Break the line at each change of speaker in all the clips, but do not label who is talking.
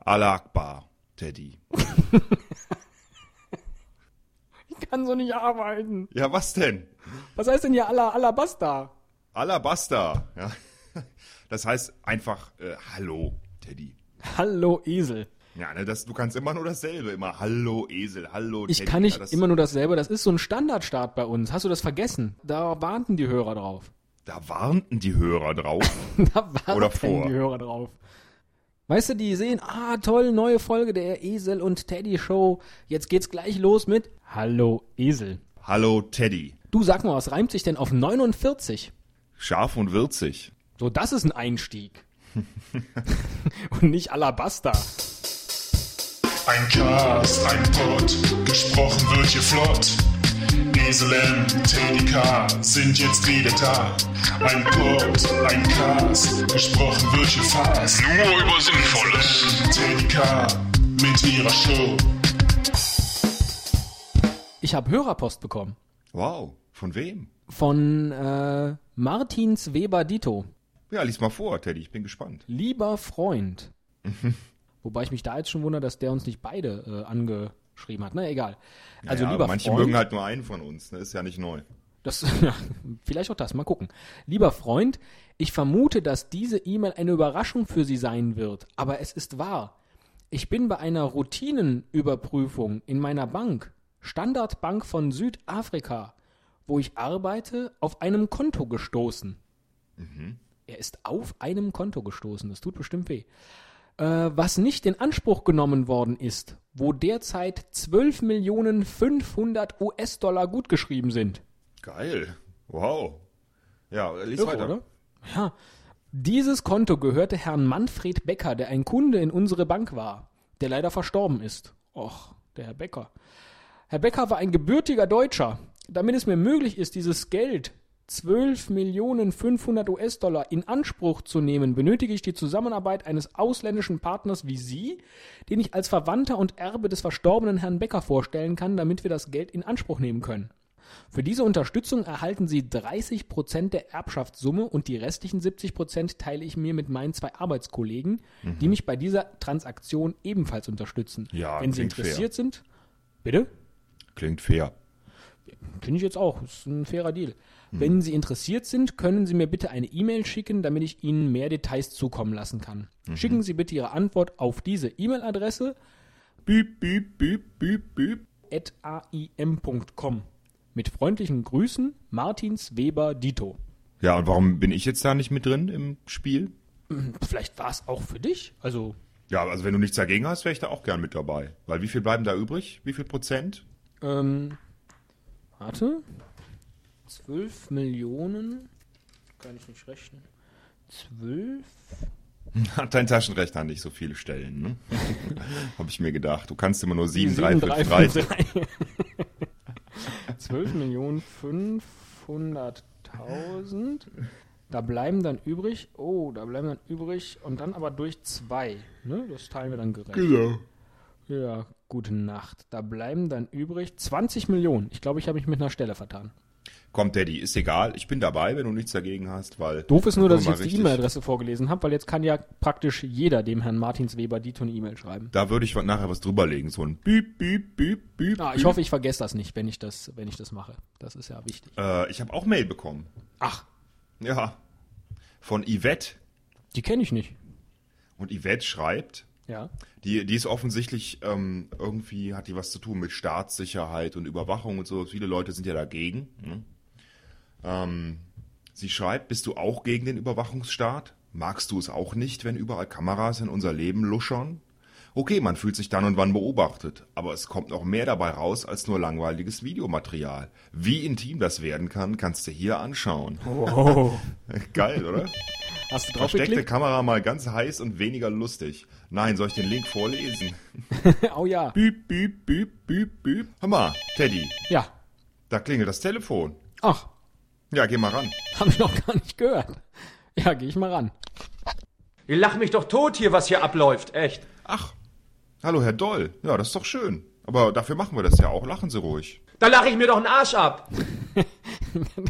Allah Akbar, Teddy.
Ich kann so nicht arbeiten.
Ja, was denn?
Was heißt denn hier Allah, Alabasta?
Alabasta. Ja. Das heißt einfach äh, Hallo, Teddy.
Hallo Esel.
Ja, ne, das, du kannst immer nur dasselbe. Immer Hallo, Esel, Hallo,
Ich
Teddy.
kann
ja,
nicht
das,
immer nur dasselbe. Das ist so ein Standardstart bei uns. Hast du das vergessen? Da warnten die Hörer drauf.
Da warnten die Hörer drauf.
Da warten
Oder vor.
die Hörer drauf. Weißt du, die sehen, ah, toll, neue Folge der Esel und Teddy Show. Jetzt geht's gleich los mit Hallo Esel.
Hallo, Teddy.
Du sag mal, was reimt sich denn auf 49?
Scharf und würzig.
So, das ist ein Einstieg. und nicht Alabasta.
Ein Cast, ein Pod, gesprochen wird hier flott. Esel M, Teddy K sind jetzt wieder da. Ein Pod, ein Cast, gesprochen wird hier fast.
Nur über Sinnvolles.
Teddy K mit ihrer Show.
Ich habe Hörerpost bekommen.
Wow, von wem?
von äh, Martins Weber Dito.
Ja, lies mal vor, Teddy, ich bin gespannt.
Lieber Freund. Wobei ich mich da jetzt schon wundere, dass der uns nicht beide äh, angeschrieben hat. Na egal. Also
ja,
lieber
manche
Freund.
mögen halt nur einen von uns, ne? ist ja nicht neu.
Das, ja, vielleicht auch das, mal gucken. Lieber Freund, ich vermute, dass diese E-Mail eine Überraschung für Sie sein wird, aber es ist wahr. Ich bin bei einer Routinenüberprüfung in meiner Bank, Standardbank von Südafrika, wo ich arbeite, auf einem Konto gestoßen. Er ist auf einem Konto gestoßen, das tut bestimmt weh. Äh, was nicht in Anspruch genommen worden ist, wo derzeit 12 Millionen 500 US-Dollar gutgeschrieben sind.
Geil. Wow. Ja, lies
Irre,
weiter.
oder? Ja. Dieses Konto gehörte Herrn Manfred Becker, der ein Kunde in unsere Bank war, der leider verstorben ist. Och, der Herr Becker. Herr Becker war ein gebürtiger Deutscher. Damit es mir möglich ist, dieses Geld 12 Millionen 500 US-Dollar in Anspruch zu nehmen, benötige ich die Zusammenarbeit eines ausländischen Partners wie Sie, den ich als Verwandter und Erbe des verstorbenen Herrn Becker vorstellen kann, damit wir das Geld in Anspruch nehmen können. Für diese Unterstützung erhalten Sie 30% der Erbschaftssumme und die restlichen 70% teile ich mir mit meinen zwei Arbeitskollegen, die mich bei dieser Transaktion ebenfalls unterstützen.
Mhm. Ja,
Wenn Sie
klingt fair.
interessiert sind, bitte?
Klingt fair.
Finde ich jetzt auch. Ist ein fairer Deal. Wenn Sie interessiert sind, können Sie mir bitte eine E-Mail schicken, damit ich Ihnen mehr Details zukommen lassen kann. Schicken Sie bitte Ihre Antwort auf diese E-Mail-Adresse
Büb, büb, büb, büb, büb.
at aim.com. Mit freundlichen Grüßen, Martins Weber Dito.
Ja, und warum bin ich jetzt da nicht mit drin im Spiel?
Vielleicht war es auch für dich? Also,
Ja, also wenn du nichts dagegen hast, wäre ich da auch gern mit dabei. Weil wie viel bleiben da übrig? Wie viel Prozent?
ähm, warte. 12 Millionen. Kann ich nicht rechnen. 12?
Hat dein Taschenrechner nicht so viele Stellen, ne? Habe ich mir gedacht. Du kannst immer nur 7, 3, 5, 3.
12 Millionen 500.000. Da bleiben dann übrig, oh, da bleiben dann übrig und dann aber durch zwei. Ne? Das teilen wir dann gerecht.
Genau.
Ja, gute Nacht. Da bleiben dann übrig 20 Millionen. Ich glaube, ich habe mich mit einer Stelle vertan.
Komm, Daddy, ist egal. Ich bin dabei, wenn du nichts dagegen hast, weil.
Doof ist nur, dass ich
Guck mal,
jetzt die
richtig-
E-Mail-Adresse vorgelesen habe, weil jetzt kann ja praktisch jeder dem Herrn Martins Weber Dito eine E-Mail schreiben.
Da würde ich nachher was drüberlegen, so ein Büb, Büb, Büb, Büb.
Ah, ich hoffe, ich vergesse das nicht, wenn ich das, wenn ich das mache. Das ist ja wichtig.
Äh, ich habe auch Mail bekommen.
Ach,
Ja. Von Yvette.
die kenne ich nicht.
Und Yvette schreibt,
Ja.
die, die ist offensichtlich, ähm, irgendwie hat die was zu tun mit Staatssicherheit und Überwachung und so. Viele Leute sind ja dagegen. Ne? Ähm, sie schreibt, bist du auch gegen den Überwachungsstaat? Magst du es auch nicht, wenn überall Kameras in unser Leben luschern? Okay, man fühlt sich dann und wann beobachtet, aber es kommt noch mehr dabei raus als nur langweiliges Videomaterial. Wie intim das werden kann, kannst du hier anschauen.
Wow.
Geil, oder?
Hast du drauf
Versteckte
geklickt?
Kamera mal ganz heiß und weniger lustig. Nein, soll ich den Link vorlesen?
Oh ja.
Büb, büb, büb, büb, büb. Hör mal, Teddy,
Ja.
da klingelt das Telefon.
Ach,
Ja, geh mal ran.
habe ich noch gar nicht gehört. Ja, gehe ich mal ran.
Ihr lacht mich doch tot hier, was hier abläuft, echt.
Ach, hallo Herr Doll. Ja, das ist doch schön. Aber dafür machen wir das ja auch. Lachen Sie ruhig.
Da lache ich mir doch einen Arsch ab.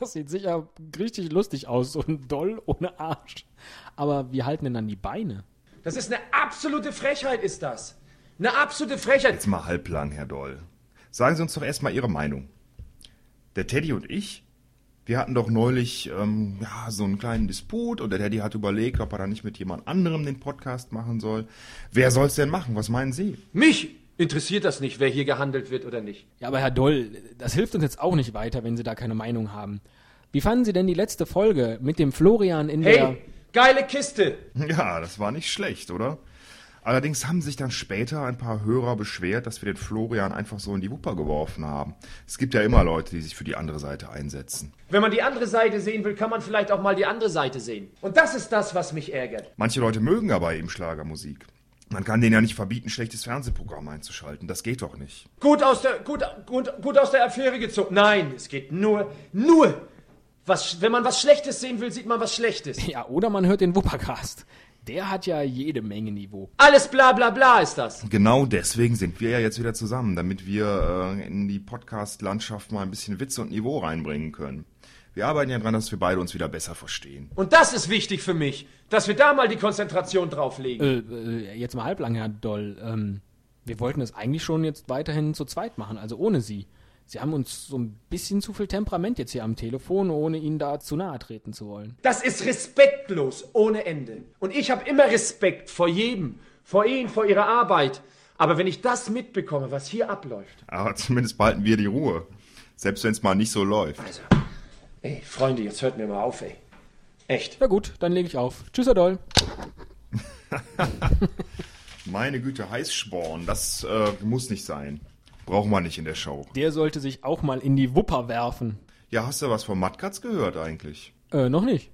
Das sieht sicher richtig lustig aus. So ein Doll ohne Arsch. Aber wie halten denn dann die Beine?
Das ist eine absolute Frechheit, ist das. Eine absolute Frechheit.
Jetzt mal halblang, Herr Doll. Sagen Sie uns doch erstmal Ihre Meinung. Der Teddy und ich, wir hatten doch neulich ähm, ja, so einen kleinen Disput und der Teddy hat überlegt, ob er da nicht mit jemand anderem den Podcast machen soll. Wer soll's denn machen? Was meinen Sie?
Mich interessiert das nicht, wer hier gehandelt wird oder nicht.
Ja, aber Herr Doll, das hilft uns jetzt auch nicht weiter, wenn Sie da keine Meinung haben. Wie fanden Sie denn die letzte Folge mit dem Florian in
Hey,
der...
geile Kiste.
Ja, das war nicht schlecht, oder? Allerdings haben sich dann später ein paar Hörer beschwert, dass wir den Florian einfach so in die Wupper geworfen haben. Es gibt ja immer Leute, die sich für die andere Seite einsetzen.
Wenn man die andere Seite sehen will, kann man vielleicht auch mal die andere Seite sehen. Und das ist das, was mich ärgert.
Manche Leute mögen aber eben Schlagermusik. Man kann denen ja nicht verbieten, schlechtes Fernsehprogramm einzuschalten. Das geht doch nicht.
Gut aus der, gut, gut, gut aus der Affäre gezogen. Nein, es geht nur, nur. Was, wenn man was Schlechtes sehen will, sieht man was Schlechtes.
Ja, oder man hört den Wuppercast. Der hat ja jede Menge Niveau.
Alles bla bla bla ist das.
Genau deswegen sind wir ja jetzt wieder zusammen, damit wir äh, in die Podcast-Landschaft mal ein bisschen Witz und Niveau reinbringen können. Wir arbeiten ja dran, dass wir beide uns wieder besser verstehen.
Und das ist wichtig für mich, dass wir da mal die Konzentration drauflegen.
Äh, äh, jetzt mal halblang, Herr Doll. Ähm, wir wollten es eigentlich schon jetzt weiterhin zu zweit machen, also ohne Sie. Sie haben uns so ein bisschen zu viel Temperament jetzt hier am Telefon, ohne Ihnen da zu nahe treten zu wollen.
Das ist respektlos ohne Ende. Und ich habe immer Respekt vor jedem, vor Ihnen, vor Ihrer Arbeit. Aber wenn ich das mitbekomme, was hier abläuft.
Aber zumindest behalten wir die Ruhe. Selbst wenn es mal nicht so läuft.
Also, ey, Freunde, jetzt hört mir mal auf, ey. Echt.
Na gut, dann lege ich auf. Tschüss, Herr Doll.
Meine Güte, Heißsporn, das äh, muss nicht sein. Brauchen wir nicht in der Show.
Der sollte sich auch mal in die Wupper werfen.
Ja, hast du was von Matkatz gehört eigentlich?
Äh, noch nicht.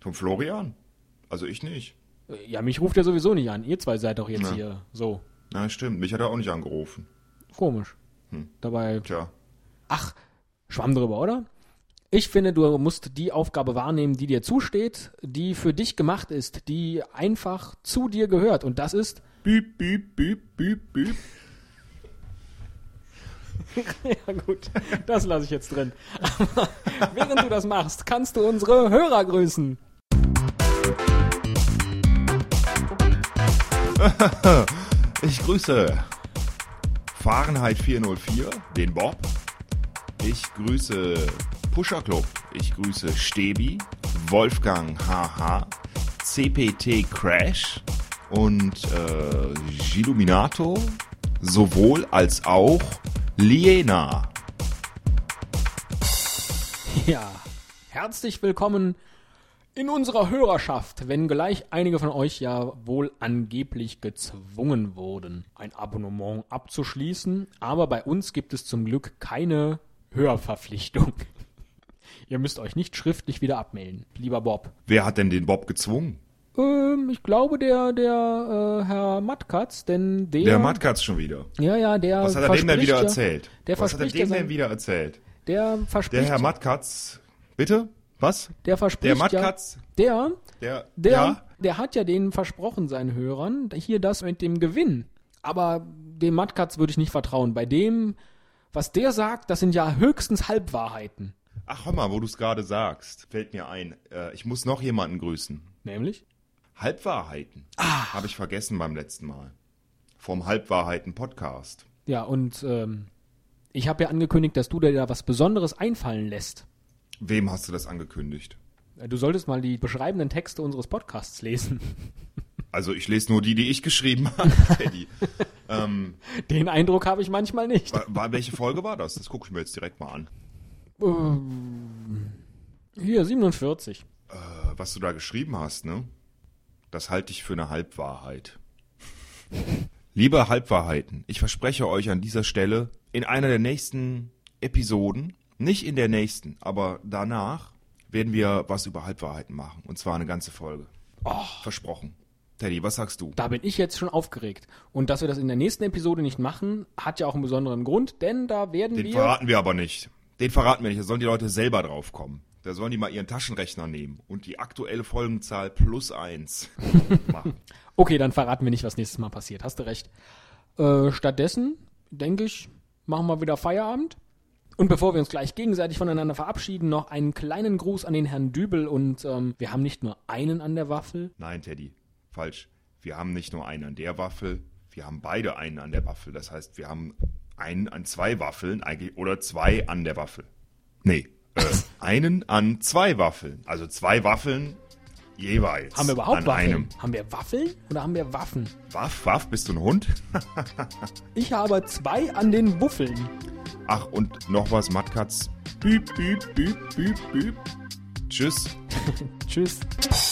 Vom Florian? Also ich nicht.
Äh, Ja, mich ruft er sowieso nicht an. Ihr zwei seid doch jetzt hier so
Na, stimmt. Mich hat er auch nicht angerufen.
komisch. Dabei,
Tja.
ach, schwamm drüber, oder? Ich finde, du musst die Aufgabe wahrnehmen, die dir zusteht, die für dich gemacht ist, die einfach zu dir gehört. Und das ist
Büb, büb, büb, büb, büb.
Ja gut, das lasse ich jetzt drin. Aber während du das machst, kannst du unsere Hörer grüßen.
Ich grüße Fahrenheit 404, den Bob. Ich grüße Pusher Club. Ich grüße Stebi, Wolfgang HH, CPT Crash und äh, Giluminato sowohl als auch Liena.
Ja, herzlich willkommen in unserer Hörerschaft, wenn gleich einige von euch ja wohl angeblich gezwungen wurden, ein Abonnement abzuschließen, aber bei uns gibt es zum Glück keine Hörverpflichtung. Ihr müsst euch nicht schriftlich wieder abmelden, lieber Bob.
Wer hat denn den Bob gezwungen?
Ähm, ich glaube, der, der äh, Herr Matkatz, denn der.
Der Matkatz schon wieder.
Ja, ja, der.
Was hat er dem denn
verspricht
wieder
ja-
erzählt?
Der
Was hat er
verspricht ja
dem denn
sein,
wieder erzählt?
der verspricht,
Der Herr Matkatz. Bitte? Was?
der verspricht
der Matkatz?
ja, der,
Der,
der,
ja?
der hat ja denen versprochen, seinen Hörern, hier das mit dem Gewinn. Aber dem Matkatz würde ich nicht vertrauen. Bei dem, was der sagt, das sind ja höchstens Halbwahrheiten.
Ach, hör mal, wo du es gerade sagst, fällt mir ein. Äh, ich muss noch jemanden grüßen.
Nämlich?
Halbwahrheiten. Ah. Habe ich vergessen beim letzten Mal. Vom Halbwahrheiten-Podcast.
Ja, und ähm, ich habe ja angekündigt, dass du dir da was Besonderes einfallen lässt.
Wem hast du das angekündigt?
Du solltest mal die beschreibenden Texte unseres Podcasts lesen.
Also ich lese nur die, die ich geschrieben habe, Teddy.
Den Eindruck habe ich manchmal nicht.
Wa- wa- Welche Folge war das? Das gucke ich mir jetzt direkt mal an.
Hier, 47.
Äh, Was du da geschrieben hast, ne? Das halte ich für eine Halbwahrheit. Liebe Halbwahrheiten, ich verspreche euch an dieser Stelle, in einer der nächsten Episoden, nicht in der nächsten, aber danach, werden wir was über Halbwahrheiten machen. Und zwar eine ganze Folge. Versprochen. Teddy, was sagst du?
Da bin ich jetzt schon aufgeregt. Und dass wir das in der nächsten Episode nicht machen, hat ja auch einen besonderen Grund, denn da werden
Den
wir.
verraten wir aber nicht. Den verraten wir nicht. Da sollen die Leute selber drauf kommen. Da sollen die mal ihren Taschenrechner nehmen und die aktuelle Folgenzahl plus eins machen.
Okay, dann verraten wir nicht, was nächstes Mal passiert. Hast du recht. Äh, stattdessen, denke ich, machen wir wieder Feierabend. Und bevor wir uns gleich gegenseitig voneinander verabschieden, noch einen kleinen Gruß an den Herrn Dübel. Und ähm, wir haben nicht nur einen an der Waffel.
Nein, Teddy. falsch. Wir haben nicht nur einen an der Waffel, wir haben beide einen an der Waffel. Das heißt, wir haben einen an zwei Waffeln eigentlich oder zwei an der Waffel. Nee, äh, einen an zwei Waffeln. Also zwei Waffeln jeweils.
Haben wir überhaupt
an
Waffeln?
Einem.
Haben wir Waffeln oder haben wir Waffen?
Waff, Waff, bist du ein Hund?
Ich habe zwei an den Wuffeln.
Ach, und noch was, Matkatz. Büb, büb, büb, büb, büb. Tschüss.
Tschüss.